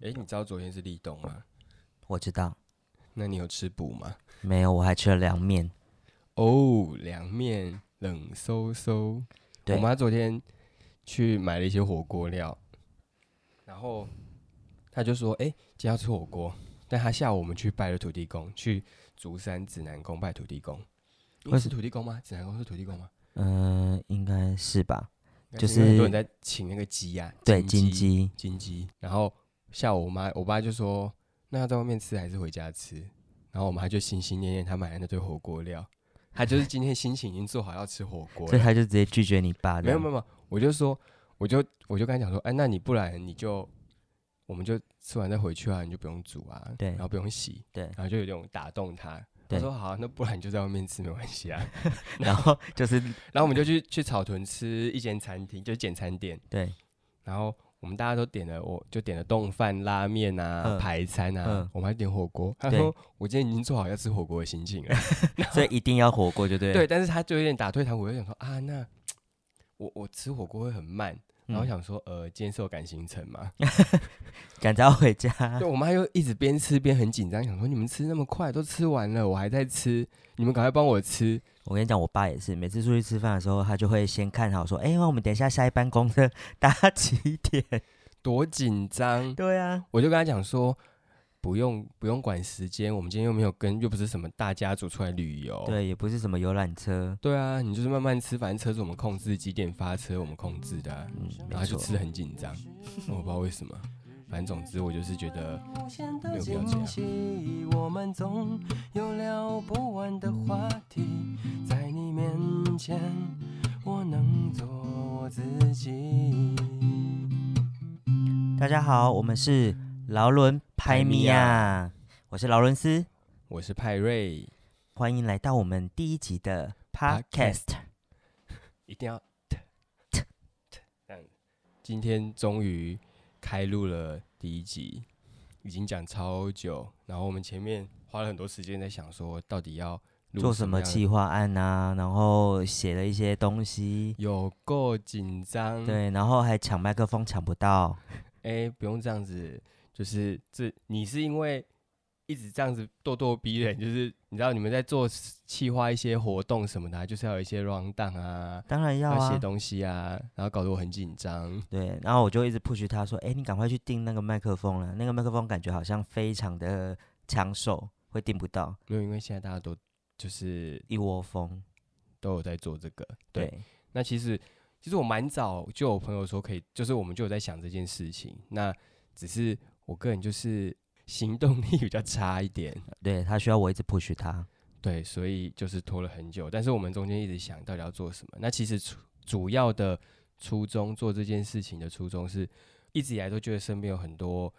哎、你知道昨天是立冬吗？我知道，那你有吃补吗？没有，我还吃了凉面。哦，凉面冷飕飕。我对妈昨天去买了一些火锅料，然后她就说：“哎、今天要吃火锅。”但她下午我们去拜了土地公，去竹山指南宫拜土地公。你为是什土地公吗？指南宫是土地公吗？嗯、应该是吧？应该就是因为很多人在请那个鸡呀、对，金金鸡。金鸡。然后下午我妈我爸就说，那要在外面吃还是回家吃？然后我妈就心心念念她买的那堆火锅料，她就是今天心情已经做好要吃火锅所以了。他就直接拒绝你爸没的有没。有没有，我就说，我就我就跟她讲说，哎，那你不然你就我们就吃完再回去啊，你就不用煮啊，对然后不用洗，对然后就有点打动她。她对说好啊、那不然你就在外面吃没关系啊。 然后就是然后我们就去去草屯吃一间餐厅，就是简餐店。 对，然后我们大家都点了，我就点了冻饭、拉面啊、嗯排餐啊，嗯我们还点火锅。他对说我今天已经做好要吃火锅的心情了，所以一定要火锅，就 对。对，，但是他就有点打退堂鼓，我就想说啊，那我我吃火锅会很慢，然后我嗯啊想说呃，今天是有赶行程嘛，赶着要回家。 对我妈又一直边吃边很紧张，想说你们吃那么快，都吃完了，我还在吃，你们赶快帮我吃。我跟你讲，我爸也是，每次出去吃饭的时候，他就会先看好说，哎、那我们等一下下一班公车搭几点？ 多紧张！对啊，我就跟他讲说，不用不用管时间，我们今天又没有跟，又不是什么大家族出来旅游，对，也不是什么游览车，对啊，你就是慢慢吃，反正车是我们控制，几点发车我们控制的啊、嗯，然没后就错。吃的很紧 张，我不知道为什么。反正总之我就是觉得没有必要这样。我们总有聊不完的话题，在你面前我能做我自己。大家好，我们是劳伦派派米米亚，我是劳伦斯，我是派瑞，欢迎来到我们第一集的 Podcast Podcast。一定要这样。今天终于开录了第一集，已经讲超久，然后我们前面花了很多时间在想说到底要录做什么样的企划案啊，然后写了一些东西，有够紧张。，对，然后还抢麦克风抢不到，哎、不用这样子，就是这你是因为。一直这样子咄咄逼人，就是你知道你们在做企划一些活动什么的啊、就是要有一些 round down 啊，当然要要写啊，东西啊，然后搞得我很紧张。对，然后我就一直 push 他说，哎，你赶快去订那个麦克风了，那个麦克风感觉好像非常的抢手，会订不到，没有，因为现在大家都就是一窝蜂，都有在做这个。对，对，那其实其实我蛮早就有朋友说可以，就是我们就有在想这件事情。那只是我个人就是 行动力比较差一点，对他需要我一直 push 他，对，所以就是拖了很久。但是我们中间一直想到底要做什么。那其实主主要的初衷做这件事情的初衷是，一直以来都觉得身边有很多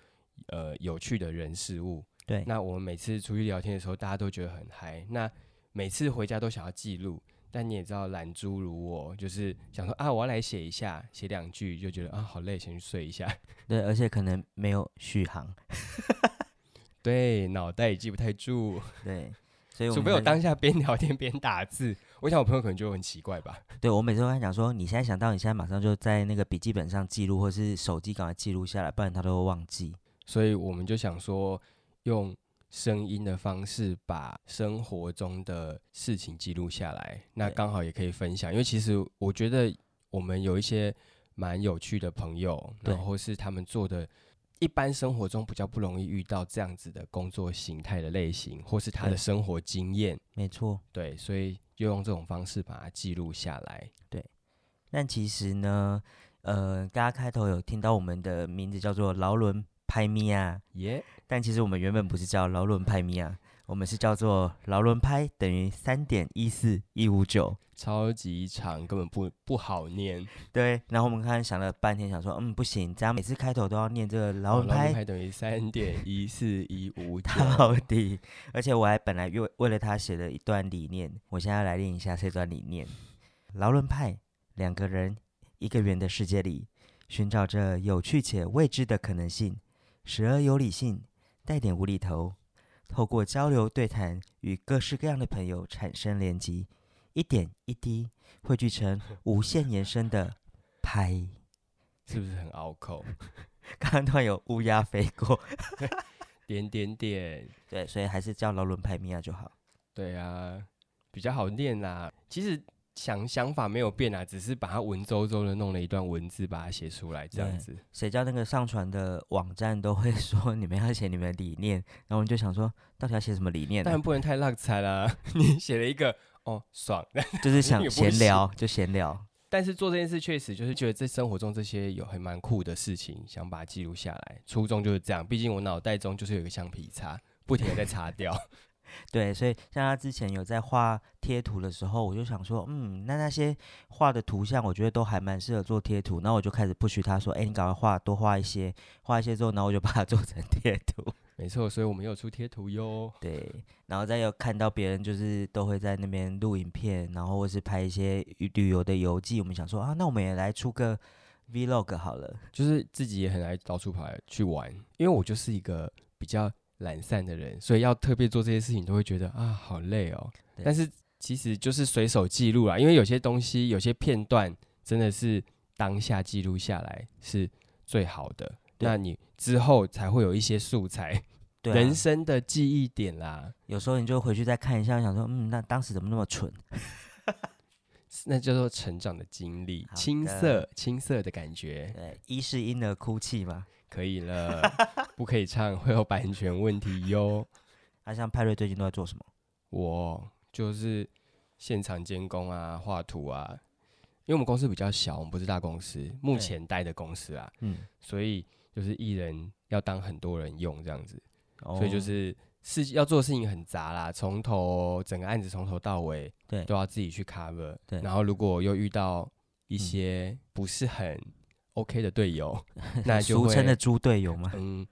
呃有趣的人事物，对，那我们每次出去聊天的时候，大家都觉得很嗨。那每次回家都想要记录，但你也知道，懒猪如我，就是想说啊，我要来写一下，写两句就觉得啊，好累，先去睡一下。 对，而且可能没有续航，对，脑袋也记不太住，对，所以我除们非我那个当下边聊天边打字。我想我朋友可能觉得我很奇怪吧。对我每次都跟他讲说，你现在想到，你现在马上就在那个笔记本上记录，或是手机赶快记录下来，不然他都会忘记。所以我们就想说，用声音的方式把生活中的事情记录下来，那对刚好也可以分享。因为其实我觉得我们有一些蛮有趣的朋友，对然后是他们做的。一般生活中比较不容易遇到这样子的工作形态的类型，或是他的对生活经验，没错，对，所以就用这种方式把它记录下来。但其实呢，呃，大家开头有听到我们的名字叫做劳伦派米亚，耶、但其实我们原本不是叫劳伦派米亚，我们是叫做劳伦派等于三点一四一五九。超级长，根本不不好念。对，然后我们刚才想了半天，想说，嗯，不行，这样每次开头都要念这个哦劳后伦派等于三点一四一五九。 到底。而且我还本来为为了他写了一段理念，我现在来念一下这段理念：劳伦派两个人一个圆的世界里，寻找着有趣且未知的可能性，时而有理性，带点无厘头。透过交流对谈，与各式各样的朋友产生连接，一点一滴汇聚成无限延伸的派。 是不是很拗口？刚刚突然有乌鸦飞过，点点点，对，所以还是叫劳伦派米亚就好。对啊，比较好念啦。其实想想法没有变啊，只是把它文绉绉的弄了一段文字，把它写出来这样对子。谁叫那个上传的网站都会 说你们要写你们的理念，然后我们就想说，到底要写什么理念当呢然？不能太浪财啦， 你写了一个哦爽， 就是也想不闲行聊就闲聊，但是做这件事确实就是觉得在生活中这些有很蛮酷的事情，想把它记录下来。初衷就是这样，毕竟我脑袋中就是有一个橡皮擦，不停的在擦掉。 对，所以像他之前有在画贴图的时候，我就想说，嗯，那那些画的图像，我觉得都还蛮适合做贴图。那我就开始不许他说，哎、你赶快画，多画一些，画一些之后，然后我就把它做成贴图。没错，所以我们有出贴图哟。对，然后再有看到别人就是都会在那边录影片，然后或是拍一些旅旅游的游记，我们想说啊，那我们也来出个 vlog 好了。就是自己也很爱到处跑来去玩，因为我就是一个比较懒散的人，所以要特别做这些事情都会觉得啊好累哦。对但是其实就是随手记录啦，因为有些东西、有些片段真的是当下记录下来是最好的，对那你之后才会有一些素材，对、啊人，生的记忆点啦，有时候你就回去再看一下，想说，嗯，那当时怎么那么蠢？那叫做成长的经历，好青的涩青涩的感觉，对，呃一是婴儿哭泣嘛。可以 了，不可以唱会有版权问题哟。那、像派瑞最近都在做什么？我就是现场监工啊，画图啊。因为我们公司比较小，我们不是大公司，目对前待的公司啊，嗯，所以就是一人要当很多人用这样子，所所以就是事要做的事情很杂啦，从头整个案子从头到尾，对都要自己去 cover。对然后如果又遇到一嗯些不是很 OK 的队 友，那就俗称的会猪队友 嘛。嗯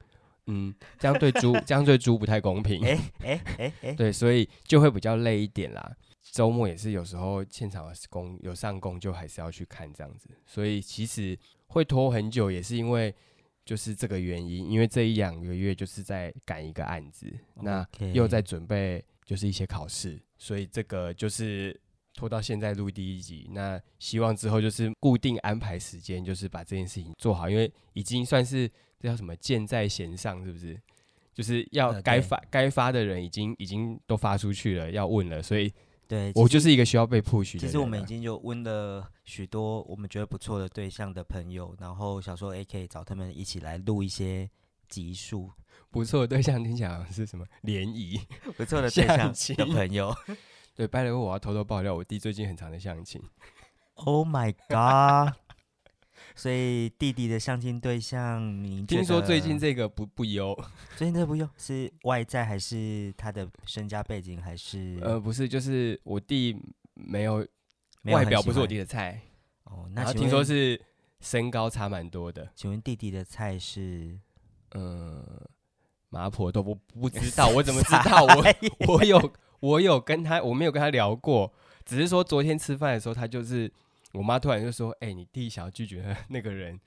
嗯，这样对猪这样对猪不太公平。哎哎哎哎，对，所以就会比较累一点啦。周末也是有时候现场有工有上工，就还是要去看这样子，所以其实会拖很久，也是因为就是这个原因，因为这一两个月就是在赶一个案子，那 OK 又在准备就是一些考试，所以这个就是拖到现在录第一集。那希望之后就是固定安排时间，就是把这件事情做好，因为已经算是这叫什么箭在弦上，是不是？就是要呃该对发该发的人已经已经都发出去了，要问了，所以对，我其就实是一个需要被 push 的人啊、其实我们已经就问了许多我们觉得不错的对象的朋友，然后想说，哎，可以找他们一起来录一些集数，不错的对象，听起来好像是什么联谊？不错的对相象亲的朋友。 对，拜了我要偷偷爆料，我弟最近很常在相亲， Oh my god！所以弟弟的相亲对象，你觉听说最近得这个不不优，最近这不用是外在还是他的身家背景还是呃，不是，就是我弟没有没有外很表喜不是我欢弟的菜，哦？那然后请听说问是身高差蛮多的，请问弟弟的菜是？嗯，麻婆豆腐不知道，我怎么知 道？我我有我有跟他，我没有跟他聊过，只是说昨天吃饭的时候，他就是我妈突然就说：“哎、你弟想要拒绝那个人，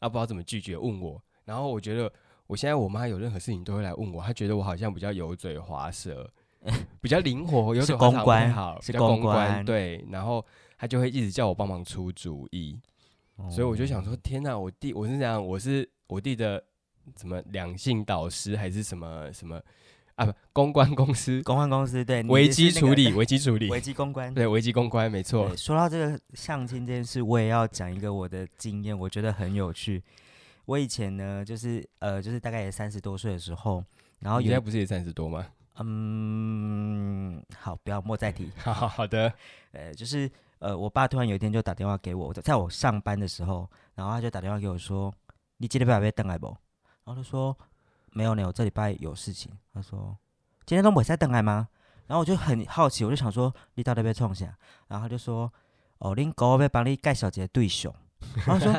啊，不知道怎么拒绝，问我。”然后我觉得我现在我妈有任何事情都会来问我，她觉得我好像比较油嘴滑舌， 比较灵活，有是嘴滑舌好公像不太关好，是比较公公关对。然后她就会一直叫我帮忙出主意，哦所以我就想说，天哪，我弟我是这样，我是我弟的什么两性导师还是什么什么啊？不，公关公司公关公司对 你危是机那处个 理，危机处理，危机公关。对危机公关，没错对，。说到这个相亲这件事，我也要讲一个我的经验，我觉得很有趣。我以前呢，就是呃，就是大概也三十多岁的时候，然后你现有在一不是也三十多吗？ 嗯，好，不要莫再提。好好的，呃，就是呃，我爸突然有一天就打电话给我，在我上班的时候，然后他就打电话给我说：“你今天拜拜等来不？”然后就说：“没有呢，我这礼拜有事情。”他说：“今天都没在等来吗？”然后我就很好奇，我就想说：“你到底被冲啥？”然后他就说：“哦，恁哥要帮你介绍一个对象。”然后我说：“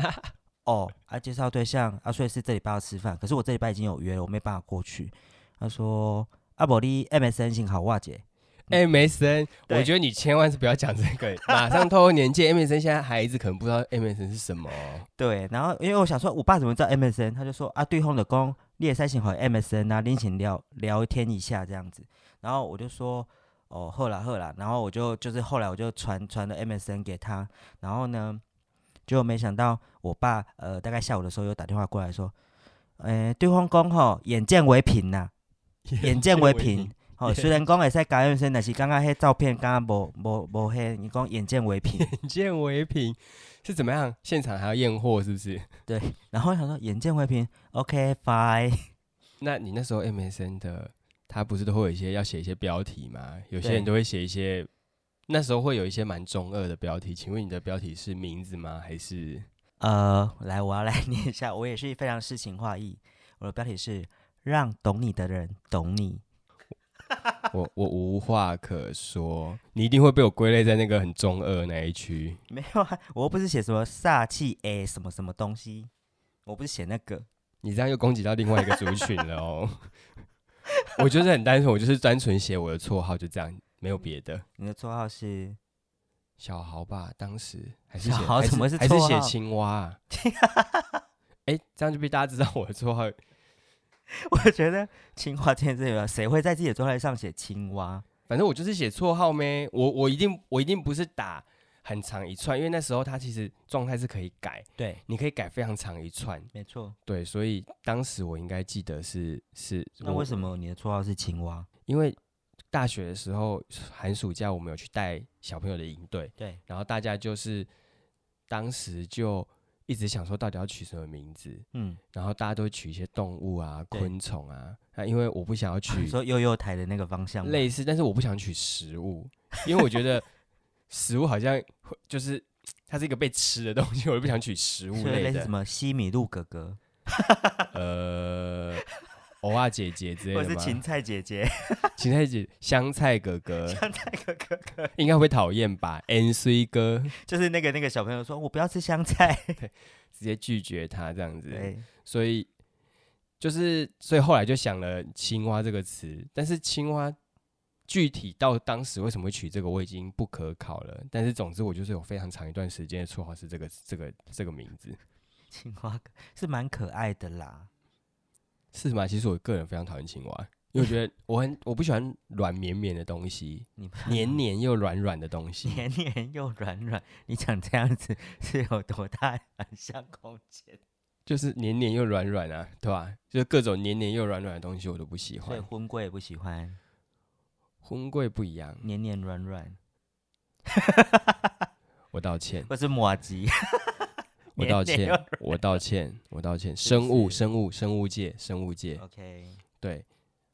哦，啊，介绍对象啊，所以是这礼拜要吃饭，可是我这礼拜已经有约了，我没办法过去。”他说：“啊，无你 MSN 信好我姐。哎，梅森，我嗯对觉得你千万是不要讲这个，马上透露年纪。梅森现在孩子可能不知道 M S N 是什么哦，对，然后因为我想说，我爸怎么知道 MSN？他就说啊，对方的公列三型和 MSN 啊，另请聊聊天一下这样子。然后我就说哦，后啦后啦。然后我就就是后来我就传传了 MSN 给他，然后呢，就没想到我爸呃大概下午的时候又打电话过来说，诶，对方讲吼，眼见为凭呐，眼见为凭。吼，虽然讲会使感染性，但是刚刚迄照片刚刚无无无迄，你讲眼见为 凭。眼见为凭是怎么样？现场还要验货是不是？对，然后我想说眼见为凭，OK fine。那你那时候 MSN 的，他不是都会有一些要写一些标题吗？有些人对都会写一些，那时候会有一些蛮中二的标题。请问你的标题是名字吗？还是呃，来，我要来 念一下，我也是非常诗情画意。我的标题是“让懂你的人懂你 我我无话可说？你一定会被我归类在那个很中二那一区。”，没有啊，我又不是写什么煞气诶什么什么东西，我不是写那个。你这样又攻击到另外一个族群了 哦。我就是很单纯，我就是单纯写我的绰号，就这样，没有别的。你的绰号是 小豪吧，当时还是小写豪还怎么是还是绰写号青蛙、 啊？哎、这样就被大家知道我的绰号。我觉得青蛙这件事情，谁会在自己的状态上写青蛙？反正我就是写绰号咩，我我一定我一定不是打很长一串，因为那时候它其实状态是可以改，对，你可以改非常长一串。没错。对，所以当时我应该记得是是。那为什？么你的绰号是青蛙？因为大学的时候寒暑假我们有去带小朋友的营队，对，然后大家就是当时就一直想说到底要取什么名字，嗯，然后大家都取一些动物啊、对昆虫啊，那因为我不想要取 你说幼幼台的那个方向吗，类似，但是我不想取食物，因为我觉 得食物好像会就是它是一个被吃的东西，我就不想取食物所以类似的什，么西米露哥哥，呃，偶尔姐姐之类或的者吗是？芹菜姐姐、芹菜姐、香菜哥哥 香菜哥哥哥。应该会讨厌吧？N C 哥就是那个那个小朋友说，哦我不要吃香菜。直接拒绝他这样子，对，所以就是所以后来就想了“青蛙”这个词，但是青蛙具体到当时为什么会取这个，我已经不可考了。但是总之，我就是有非常长一段时间的绰号是这个这个这个名字，哎青蛙哥是蛮可爱的啦。是吗？其实我个人非常讨厌青蛙，因为我觉得我很我不喜欢软绵绵的东西，你黏黏又软软的东西。黏黏又软软，你讲这样子 是有多大的想象空间？就是黏黏又软软啊，对吧？就是各种黏黏又软软的东西我都不喜所以欢。婚贵也不喜欢婚贵不一样，黏黏软软，我道歉，或是 马吉。我黏道黏歉又， 我道歉，我道歉。是生物，是生物，生物界，生物界， OK，对。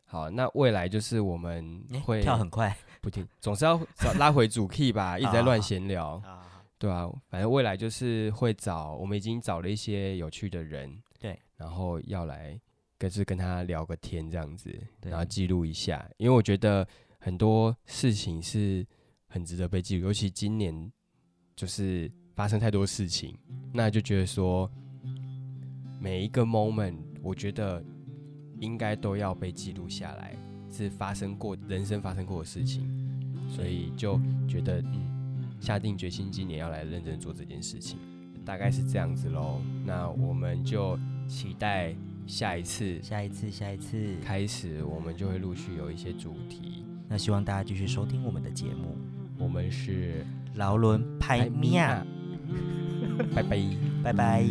好，那未来就是我们诶会哎跳很快不停，总是要找拉回主 key 吧，一直在好好乱好闲聊，啊！对啊，反正未来就是会找，我们已经找了一些有趣的人，对，然后要来跟是跟他聊个天这样子，对然后记录一下，因为我觉得很多事情是很值得被记录，尤其今年就是发生太多事情，那就觉得说每一个 moment，我觉得应该都要被记录下来，是发生过人生发生过的事情，嗯所以就觉得嗯，下定决心今年要来认真做这件事情，大概是这样子喽。那我们就期待下一次下一次，下一次，开始，我们就会陆续有一些主题。那希望大家继续收听我们的节目我们是《劳伦拍米亚》，拜拜。拜拜。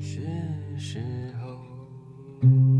是时候。